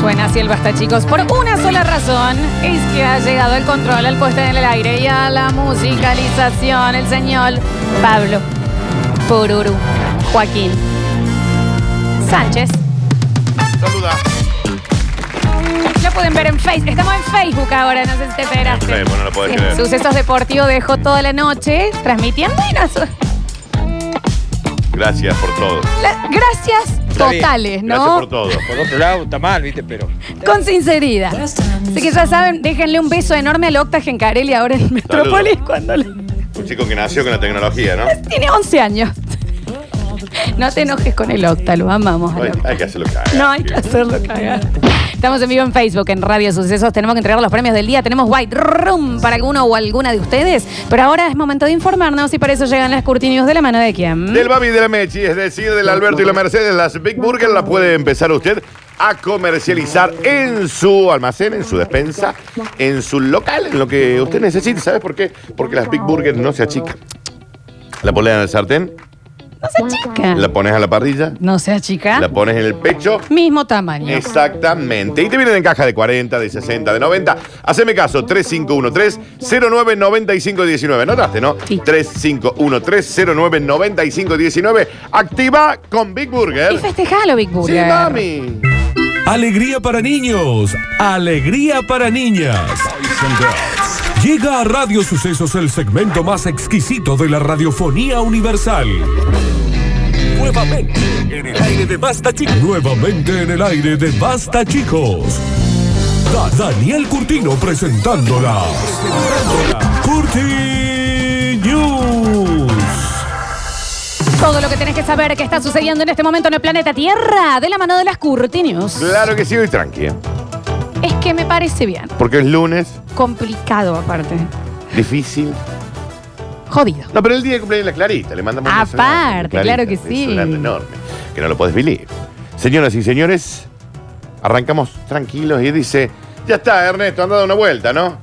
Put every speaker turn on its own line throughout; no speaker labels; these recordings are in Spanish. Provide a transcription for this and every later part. Suena así el basta, chicos. Por una sola razón es que ha llegado el control al puesto en el aire y a la musicalización el señor Pablo Pururu Joaquín Sánchez.
Saluda.
Lo pueden ver en Facebook. Estamos en Facebook ahora, no sé si te enteraste.
En Facebook, no Eh, lo podés
Sí,
creer.
Sucesos Deportivos dejó toda la noche transmitiendo y nos-
Gracias por todo.
la- gracias
Está bien.
totales,
Gracias
¿no?
por todo.
Por otro lado, está mal, ¿viste? Pero.
Con sinceridad. Así que ya saben, déjenle un beso enorme al Octa Gencarelli ahora en Metrópolis cuando le-
Un chico que nació con la tecnología, ¿no?
tiene 11 años. No te enojes con el Octa, lo amamos. al
Hay,
Octa.
hay que hacerlo que haga.
No hay que hacerlo cagar. Estamos en vivo en Facebook, en Radio Sucesos. Tenemos que entregar los premios del día. Tenemos White Room para alguno o alguna de ustedes. Pero ahora es momento de informarnos y para eso llegan las curtinios de la mano de quién.
Del Babi y de la Mechi, es decir, del Alberto y la Mercedes, las Big Burger la puede empezar usted a comercializar en su almacén, en su despensa, en su local, en lo que usted necesite. ¿Sabes por qué? Porque las Big Burger no se achican. La pones en el sartén,
No se achica.
la pones a la parrilla,
No sea chica.
la pones en el pecho
Mismo tamaño.
Exactamente. Y te vienen en caja de 40, de 60, de 90. Haceme caso, 3513-099519. ¿Notaste, no?
Sí.
3513-099519. Activa con Big
Y
Burger.
festejalo, Big
Sí,
Burger.
mami.
Alegría para niños, alegría para niñas. Llega a Radio Sucesos el segmento más exquisito de la radiofonía universal. Nuevamente en el aire de Basta Chicos. Nuevamente en el aire de Basta Chicos. Da- Daniel Curtino presentándola. Curti News.
Todo lo que tenés que saber que está sucediendo en este momento en el planeta Tierra, de la mano de las curtinios.
Claro que sí, hoy tranqui.
Es que me parece bien.
Porque es lunes,
Complicado, aparte.
difícil.
Jodido.
No, pero el día de cumpleaños de la Clarita, le mandamos un beso
Aparte,
enorme,
claro que sí.
Es un grande enorme, que no lo podés vivir. Señoras y señores, arrancamos tranquilos y dice, ya está, Ernesto, han dado una vuelta, ¿no?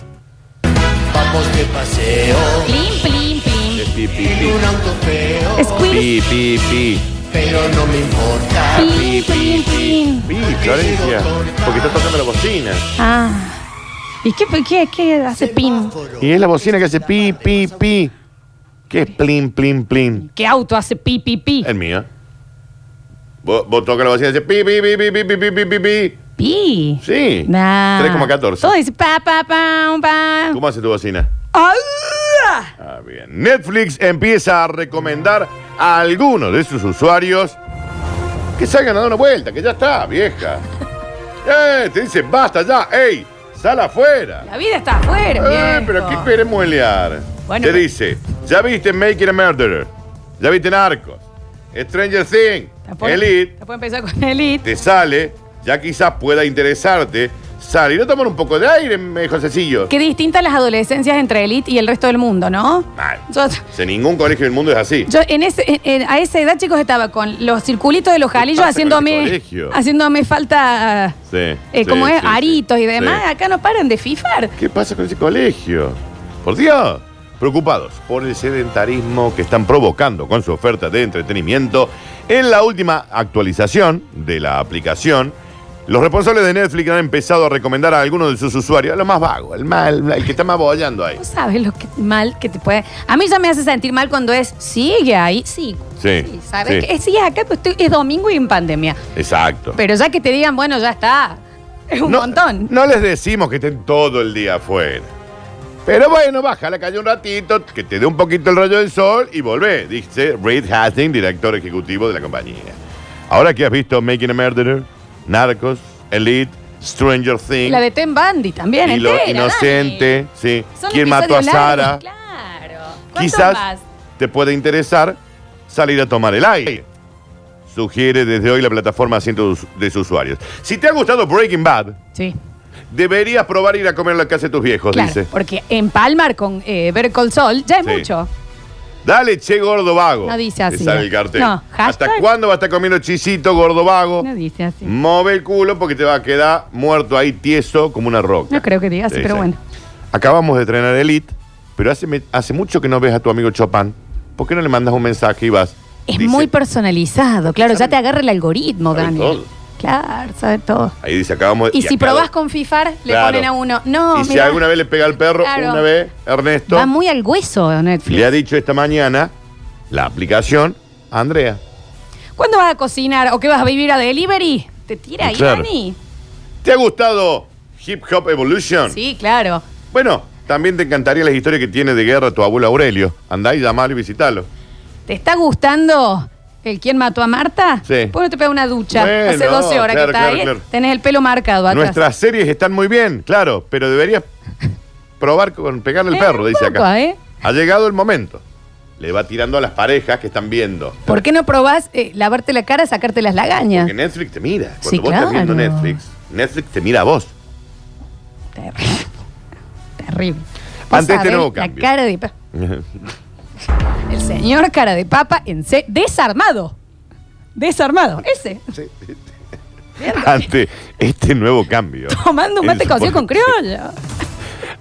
Vamos de paseo
Plim, plim, plim.
Pi, pi,
en un auto feo,
Squeeze.
pi, pi, pi.
pero no me importa.
Plim, plim, plim.
Pi, Florencia, porque está tocando la bocina.
Ah. ¿Y qué, qué, qué hace pim?
Y es la bocina que hace pi, pi, pi. ¿Qué es plin, plin, plin?
¿Qué auto hace pi, pi, pi?
El mío. Vos, vos tocas la bocina y dices pi, pi, pi, pi, pi, pi, pi, pi, pi.
Pi.
Sí.
Nah.
3,14.
Todo dice pa, pa, pa, pa.
¿Cómo hace tu bocina?
Ah.
Ah, bien. Netflix empieza a recomendar a algunos de sus usuarios que salgan a dar una vuelta, que ya está, vieja. Eh, te dice, basta ya, ey, sal afuera.
La vida está afuera,
Eh,
viejo.
pero que queremos pelear.
Bueno,
te
pero-
dice, ya viste Making a Murderer, ya viste Narcos, Stranger Things,
Tampoco-
Elite,
tampoco empezar con Elite.
te sale, ya quizás pueda interesarte salir a tomar un poco de aire, me Josecillo.
Qué distintas las adolescencias entre Elite y el resto del mundo, ¿no?
Mal.
Yo,
Si en ningún colegio del mundo es así.
yo en ese, en- en- a esa edad, chicos, estaba con los circulitos de los jalillos
pasa con el
haciéndome,
colegio?
haciéndome falta,
Sí,
eh,
sí,
como
sí,
es,
sí.
aritos y demás.
Sí.
Acá no paran de fifar.
¿Qué pasa con ese colegio? Por Dios. Preocupados por el sedentarismo que están provocando con su oferta de entretenimiento, en la última actualización de la aplicación, los responsables de Netflix han empezado a recomendar a algunos de sus usuarios, a lo más vago, el, más, el, el que está más bollando ahí.
No sabes lo que, mal que te puede. A mí ya me hace sentir mal cuando es sigue ahí, sí.
Sí,
¿Sabes?
sí.
Que es, sí, es acá, pues estoy- es domingo y en pandemia.
Exacto.
Pero ya que te digan, bueno, ya está. Es un
no,
montón.
No les decimos que estén todo el día afuera. Pero bueno, baja a la calle un ratito, que te dé un poquito el rayo del sol y volvé, dice Reed Hastings, director ejecutivo de la compañía. Ahora que has visto Making a Murderer, Narcos, Elite, Stranger Things,
La de Ten Bandy también.
y lo
entera,
Inocente, sí,
Dani. Son
¿Quién mató a
episodios
Sara?
largos, Claro. ¿Cuántos
Quizás
más?
te pueda interesar salir a tomar el aire. Sugiere desde hoy la plataforma a cientos de sus usuarios. Si te ha gustado Breaking Bad,
Sí,
Deberías probar ir a comer a la casa de tus viejos,
claro.
dice.
Porque empalmar con eh, ver col sol ya es
Sí.
mucho.
Dale, che, gordo vago.
No dice
Te
así. ¿eh?
sale el cartel.
No, hashtag.
¿Hasta cuándo va a estar comiendo chisito, gordo vago?
No dice así.
Move el culo porque te va a quedar muerto ahí tieso como una roca.
No creo que diga así,
Te
pero
dice.
bueno.
Acabamos de entrenar Elite, pero hace, me- hace mucho que no ves a tu amigo Chopin. ¿Por qué no le mandas un mensaje y vas?
Es
Dice,
muy personalizado, claro, ya te agarra el algoritmo,
sabe
Dani.
todo.
Claro, sabe todo.
Ahí dice, acabamos de-
Y si
acá-
probás con fifar, le
Claro.
ponen a uno. No,
Y si
mirá,
alguna vez le pega al perro,
Claro.
una vez, Ernesto,
va muy al hueso Netflix.
le ha dicho esta mañana la aplicación a Andrea.
¿Cuándo vas a cocinar o qué vas a vivir a delivery? Te tira ahí,
Claro.
Dani.
¿Te ha gustado Hip Hop Evolution?
Sí, claro.
Bueno, también te encantaría las historias que tiene de guerra tu abuelo Aurelio. Andá y llamalo y visitalo.
¿Te está gustando el quién mató a Marta?
Sí.
¿Por qué no te pega una ducha?
Bueno,
Hace 12 horas
claro,
que está
claro,
ahí.
claro.
Tenés el pelo marcado atrás.
Nuestras series están muy bien, claro, pero deberías probar con pegarle al
Eh,
perro, dice
un poco,
acá.
¿eh?
Ha llegado el momento. Le va tirando a las parejas que están viendo.
¿Por qué no probás eh, lavarte la cara, sacarte las lagañas?
Porque Netflix te mira. Cuando
Sí,
vos estás viendo
claro.
Netflix, Netflix te mira a vos.
Terrible. Terrible. Vos
Ante este
sabés
nuevo
la
cambio.
cara de pa- El señor cara de papa en se- desarmado. Desarmado. Ese.
Ante este nuevo cambio.
Tomando un
en
mate
su
cocido con
política-
criollo.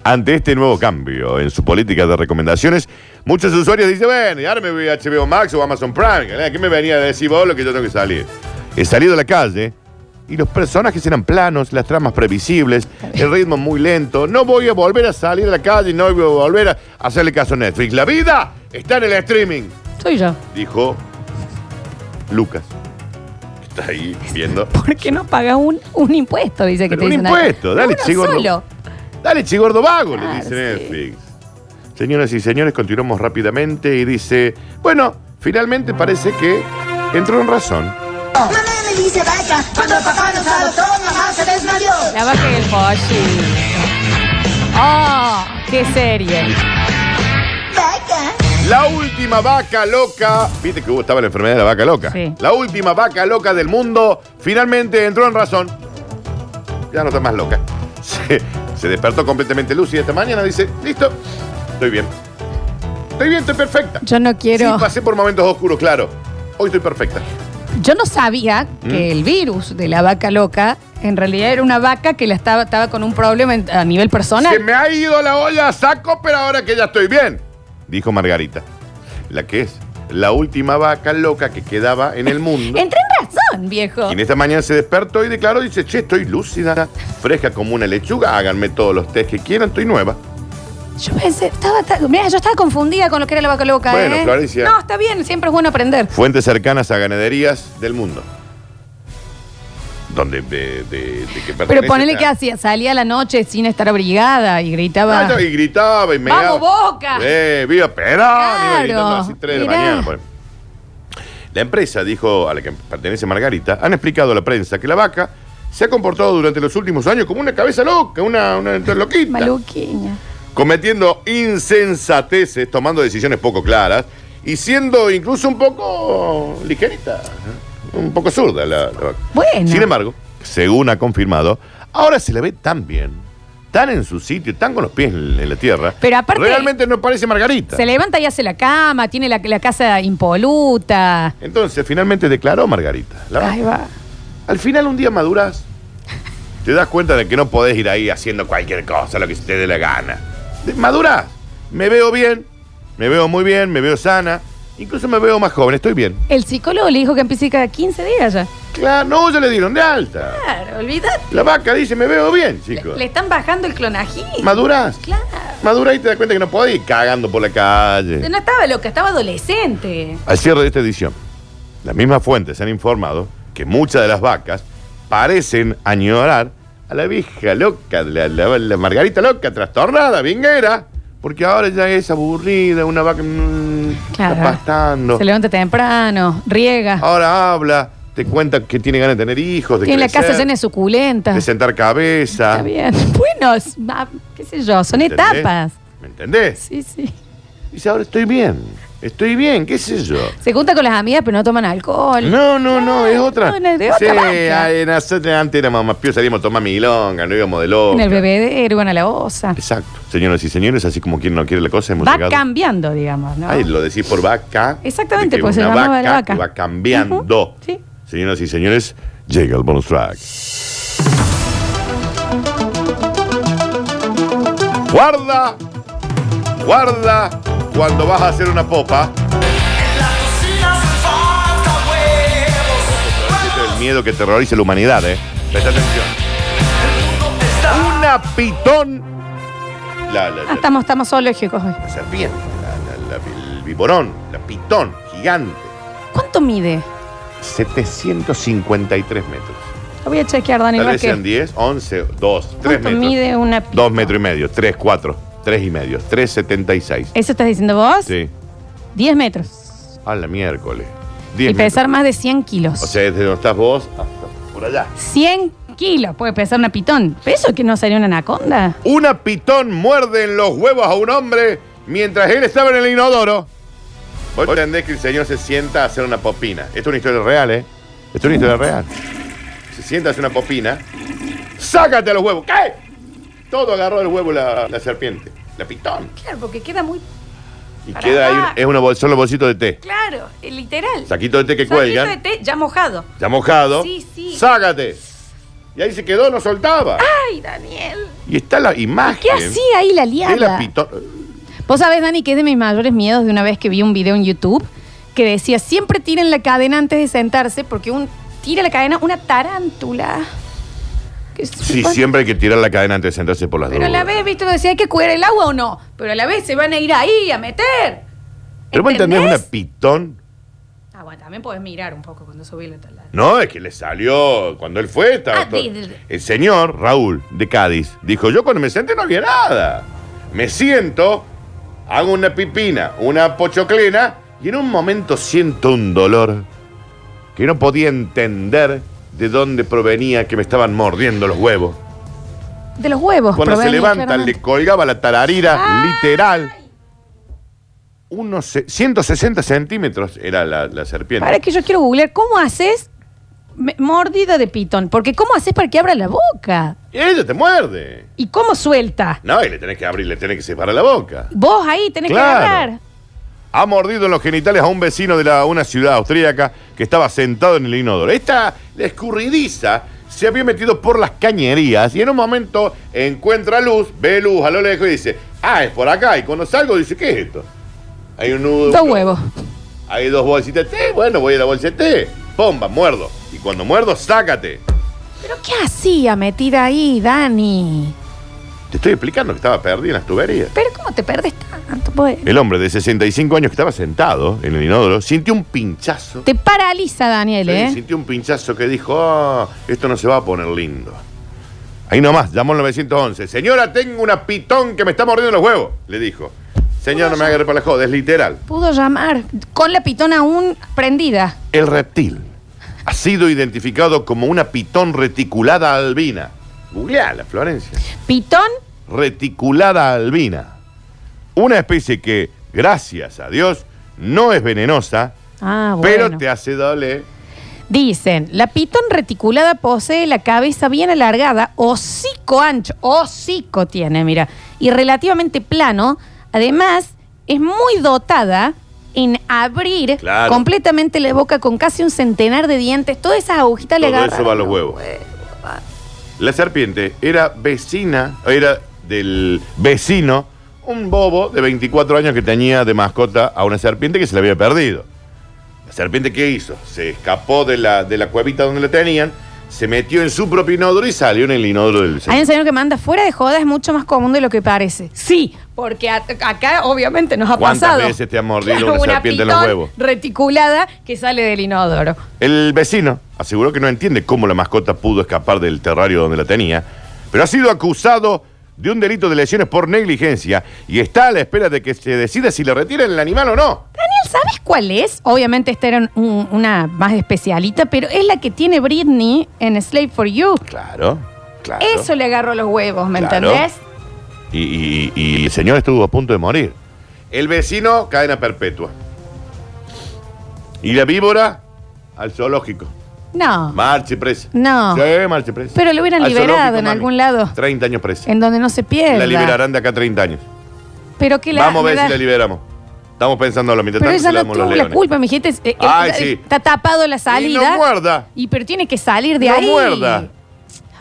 Ante este nuevo cambio en su política de recomendaciones, muchos usuarios dicen, bueno, y ahora me voy a HBO Max o Amazon Prime. ¿eh? ¿Qué me venía a decir vos lo que yo tengo que salir? He salido a la calle y los personajes eran planos, las tramas previsibles, el ritmo muy lento. No voy a volver a salir a la calle, no voy a volver a hacerle caso a Netflix. La vida está en el streaming,
Soy yo.
dijo Lucas. que Está ahí viendo.
¿Por qué no pagas un, un impuesto? Dice que
Pero
te
un
dicen.
impuesto,
ahí.
dale,
Uno
chico, no-
solo.
Dale, chigordo vago, le
Claro,
dice
sí.
Netflix. Señoras y señores, continuamos rápidamente y dice, bueno, finalmente parece que entró en razón.
Mamá me dice vaya, cuando papá nos adoptó, mamá se desmayó.
La vaca y el pollo. ¡Oh! ¡Qué serie!
Vaya.
La última vaca loca, viste que hubo- estaba la enfermedad de la vaca loca.
Sí.
La última vaca loca del mundo finalmente entró en razón. Ya no está más loca. Se, se despertó completamente lúcida esta mañana, dice, listo, estoy bien. Estoy bien, estoy perfecta.
Yo no quiero.
Sí, pues. pasé por momentos oscuros, claro. Hoy estoy perfecta.
Yo no sabía que
Mm.
el virus de la vaca loca en realidad era una vaca que la estaba, estaba con un problema en- a nivel
Se
personal.
me ha ido la olla a saco, pero ahora que ya estoy bien, dijo Margarita. La que es la última vaca loca que quedaba en el mundo.
Entré en razón, viejo.
Quien esta mañana se despertó y declaró, dice, che, estoy lúcida, fresca como una lechuga, háganme todos los test que quieran, estoy nueva.
Yo pensé, estaba, tan- mirá, yo estaba confundida con lo que era la vaca loca.
Bueno,
¿eh?
Florencia.
No, está bien, siempre es bueno aprender.
Fuentes cercanas a ganaderías del mundo. Donde, de, de- de que
Pero
pertenece
ponele
esta-
que hacía, salía a la noche sin estar abrigada y gritaba.
Ah, y gritaba y me
¡Vamos, Boca!
Eh, viva Perón. Iba gritando así tres de la
mirá.
mañana. por ahí. La empresa, dijo a la que pertenece Margarita, han explicado a la prensa que la vaca se ha comportado durante los últimos años como una cabeza loca, una, una loquita.
Maluquiña.
Cometiendo insensateces, tomando decisiones poco claras y siendo incluso un poco ligerita, ¿eh? un poco zurda la, la vaca.
Bueno.
Sin embargo, según ha confirmado, ahora se la ve tan bien, tan en su sitio, tan con los pies en, en la tierra.
Pero aparte-
Realmente no parece Margarita.
Se levanta y hace la cama, tiene la, la casa impoluta.
Entonces, finalmente declaró Margarita. La vaca.
Ahí va.
Al final, un día maduras, te das cuenta de que no podés ir ahí haciendo cualquier cosa, lo que se te dé la gana. De- Maduras. Me veo bien, me veo muy bien, me veo sana, incluso me veo más joven, estoy bien.
El psicólogo le dijo que empiece cada 15 días ya.
Claro, no, ya le dieron de alta.
Claro, olvídate.
La vaca dice, me veo bien, chicos.
Le están bajando el clonají.
Maduras.
Claro.
Maduras y te das cuenta que no podés ir cagando por la calle.
No estaba loca, estaba adolescente.
Al cierre de esta edición, las mismas fuentes han informado que muchas de las vacas parecen añorar a la vieja loca, la, la- la margarita loca, trastornada, vinguera, porque ahora ya es aburrida, una vaca mm,
Claro.
está pastando,
Se levanta temprano, riega.
ahora habla, te cuenta que tiene ganas de tener hijos, de,
tiene la casa
crecer,
llena de suculentas.
de sentar cabeza.
Está bien. Bueno, es- ah, qué sé yo, son
¿me Ah. entendés?
etapas.
¿Me entendés?
Sí, sí.
Dice, ahora estoy bien, estoy bien, qué sé yo.
Se junta con las amigas, pero no toman alcohol.
No, no, no, es otra.
No, no, de otra
sí,
vaca.
ay, nosotros antes éramos más píos, salíamos a tomar milonga, no íbamos de loco.
En el bebedero, en la osa.
Exacto. Señoras y señores, así como quien no quiere la cosa, hemos
Va
llegado.
cambiando, digamos, ¿no?
Ay, lo decís por vaca.
Exactamente,
de que
pues se
una
llamaba la vaca.
que va cambiando.
Ujú, sí.
Señoras y señores, llega el bonus track. Guarda, guarda cuando vas a hacer una popa. El miedo que terroriza a la humanidad, ¿eh? Presta atención. Una pitón. La, la,
Ah,
la,
estamos, estamos zoológicos hoy.
la serpiente, la- la- la- el viborón, la pitón gigante.
¿Cuánto mide?
753 metros.
Lo voy a chequear, Dani
Tal vez
Vázquez.
sean 10, 11, 2, 3
¿Cuánto
metros.
mide una pipa?
2 metros y medio, 3, 4, 3 y medio, 3,76.
¿Eso estás diciendo vos?
Sí.
10 metros.
A la miércoles.
Y
10
pesar
metros.
más de 100 kilos.
O sea, desde donde estás vos hasta por allá.
100 kilos puede pesar una pitón. ¿Pero eso que no sería una anaconda?
Una pitón muerde en los huevos a un hombre mientras él estaba en el inodoro. Vos entendés que el señor se sienta a hacer una popina. Esto es una historia real, ¿eh? Esto es una historia real. Se sienta a hacer una popina. ¡Sácate los huevos! ¿Qué? Todo agarró el huevo la, la serpiente. La pitón.
Claro, porque queda muy
Y
Pará.
queda ahí. Es una bol- solo bolsito de té.
claro, eh, literal.
Saquito de té que cuelgan.
té ya mojado.
Ya mojado.
Sí, sí.
Sácate. Y ahí se quedó, no soltaba.
Ay, Daniel.
Y está la imagen.
¿Qué hacía ahí la
de la
liada?
pitón.
Vos sabés, Dani, que es de mis mayores miedos de una vez que vi un video en YouTube que decía, siempre tiren la cadena antes de sentarse porque un tira la cadena una tarántula. Que se-
Sí, siempre hay que tirar la cadena antes de sentarse por las
Pero a la
dudas.
vez, viste, decía, hay que cuidar el agua o no. Pero a la vez se van a ir ahí a meter.
Pero vos entendés una
¿Entendés?
pitón.
Ah, bueno, también podés mirar un poco cuando subí la taladra.
No, es que le salió cuando él fue. estaba
Ah,
todo-
di- di-
El señor Raúl de Cádiz dijo: Yo cuando me senté no había nada. Me siento, hago una pipina, una pochoclena, y en un momento siento un dolor que no podía entender de dónde provenía que me estaban mordiendo los huevos.
De los huevos.
Cuando se
Oh, provenía,
levanta,
claramente.
le colgaba la tararira,
¡Ay!
literal. Unos se- 160 centímetros era la, la serpiente.
Para que yo quiero googlear, ¿cómo haces me- mordida de pitón? Porque ¿cómo haces para que abra la boca?
Y ella te muerde.
¿Y cómo suelta?
No, y le tenés que abrir, le tenés que separar la boca.
Vos ahí tenés
Claro.
que agarrar.
Ha mordido en los genitales a un vecino de la- una ciudad austríaca que estaba sentado en el inodoro. Esta la escurridiza se había metido por las cañerías y en un momento encuentra luz, ve luz a lo lejos y dice, ah, es por acá. Y cuando salgo dice, ¿qué es esto? Hay un nudo.
Dos huevos.
Hay dos bolsitas de té, bueno, voy a la bolsa de té. Pomba, muerdo. Y cuando muerdo, sácate.
¿Pero qué hacía metida ahí, Dani?
Te estoy explicando que estaba perdida en las tuberías.
¿Pero cómo te perdes tanto? pues?
El hombre de 65 años que estaba sentado en el inodoro sintió un pinchazo.
Te paraliza, Daniel,
Sí,
¿eh?
Sintió un pinchazo que dijo, "Ah, esto no se va a poner lindo. Ahí nomás, llamó al 911. Señora, tengo una pitón que me está mordiendo los huevos, le dijo. Señor, no me agarre para la joda, es literal.
Pudo llamar con la pitona aún prendida.
El reptil ha sido identificado como una pitón reticulada albina. Googleala, Florencia.
Pitón,
reticulada albina. Una especie que, gracias a Dios, no es venenosa,
Ah,
pero
bueno.
te hace doler.
dicen, la pitón reticulada posee la cabeza bien alargada, hocico ancho, hocico tiene, mira, y relativamente plano. Además, es muy dotada en abrir
Claro.
completamente la boca con casi un centenar de dientes. Todas esas agujitas le
Todo
agarran
eso va a los huevos. La serpiente era vecina, era del vecino, un bobo de 24 años que tenía de mascota a una serpiente que se le había perdido. La serpiente, ¿qué hizo? Se escapó de la, de la cuevita donde la tenían, se metió en su propio inodoro y salió en el inodoro del
Hay un
señor.
señor que manda fuera de joda, es mucho más común de lo que parece. Sí, porque a- acá obviamente nos ha
¿Cuántas
pasado.
veces te ha mordido una serpiente en los
pitón
huevos?
reticulada que sale del inodoro.
El vecino aseguró que no entiende cómo la mascota pudo escapar del terrario donde la tenía, pero ha sido acusado de un delito de lesiones por negligencia y está a la espera de que se decida si le retiran el animal o no.
Daniel, ¿sabes cuál es? Obviamente esta era un- una más especialita, pero es la que tiene Britney en Slave for You.
Claro, claro.
Eso le agarró los huevos, ¿me
Claro.
entendés?
Y, y- y el señor estuvo a punto de morir. El vecino, cadena perpetua. Y la víbora, al zoológico.
No.
Marche presa.
No.
Sí, marche presa.
Pero lo hubieran
Al
liberado
zoológico,
en
mami.
algún lado.
30 años presa.
En donde no se pierda.
La liberarán de acá a 30 años.
Pero que la
Vamos a ver
me da-
si la liberamos. Estamos pensando en lo mientras
Pero
tanto
ella
se la
no
damos los
tuvo la
leones.
culpa, mi gente. es- eh,
Ay,
eh,
sí.
Está tapado la salida.
Y no muerda.
Y pero tiene que salir de
No
ahí.
muerda.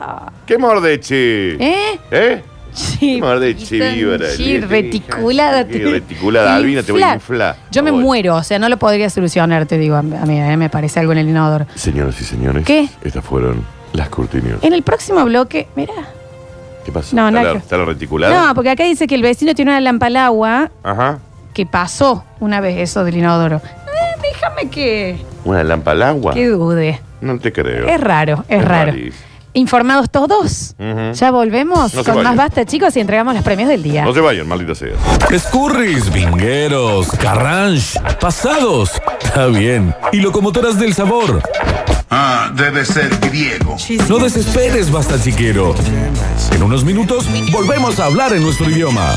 Ah,
¿Qué mordeche?
¿Eh?
¿Eh?
Sí,
Me acordé de Chivívara,
Sí,
el-
reticulada.
Sí, reticulada, Albina, te voy a inflar.
Yo me
Por favor.
muero, o sea, no lo podría solucionar, te digo, a mí, a mí, eh, me parece algo en el inodoro.
Señoras y señores,
¿Qué?
estas fueron las cortinas.
En el próximo bloque, mira.
¿Qué pasa?
No,
¿Está,
nada
la,
que-
está la reticulada?
No, porque acá dice que el vecino tiene una lampa al agua
Ajá.
que pasó una vez eso del inodoro. Eh, déjame que,
¿Una lámpara al agua?
que dude.
No te creo.
Es raro, es,
Ah. Es
raro.
rarísimo.
Informados todos.
Ujú.
Ya volvemos
No se
con más
vayan.
basta, chicos, y entregamos los premios del día.
No se vayan, maldita sea.
Escurris, vingueros, carranche, pasados. Está bien. Y locomotoras del sabor.
Ah, debe ser griego.
No desesperes, basta chiquero. En unos minutos volvemos a hablar en nuestro idioma.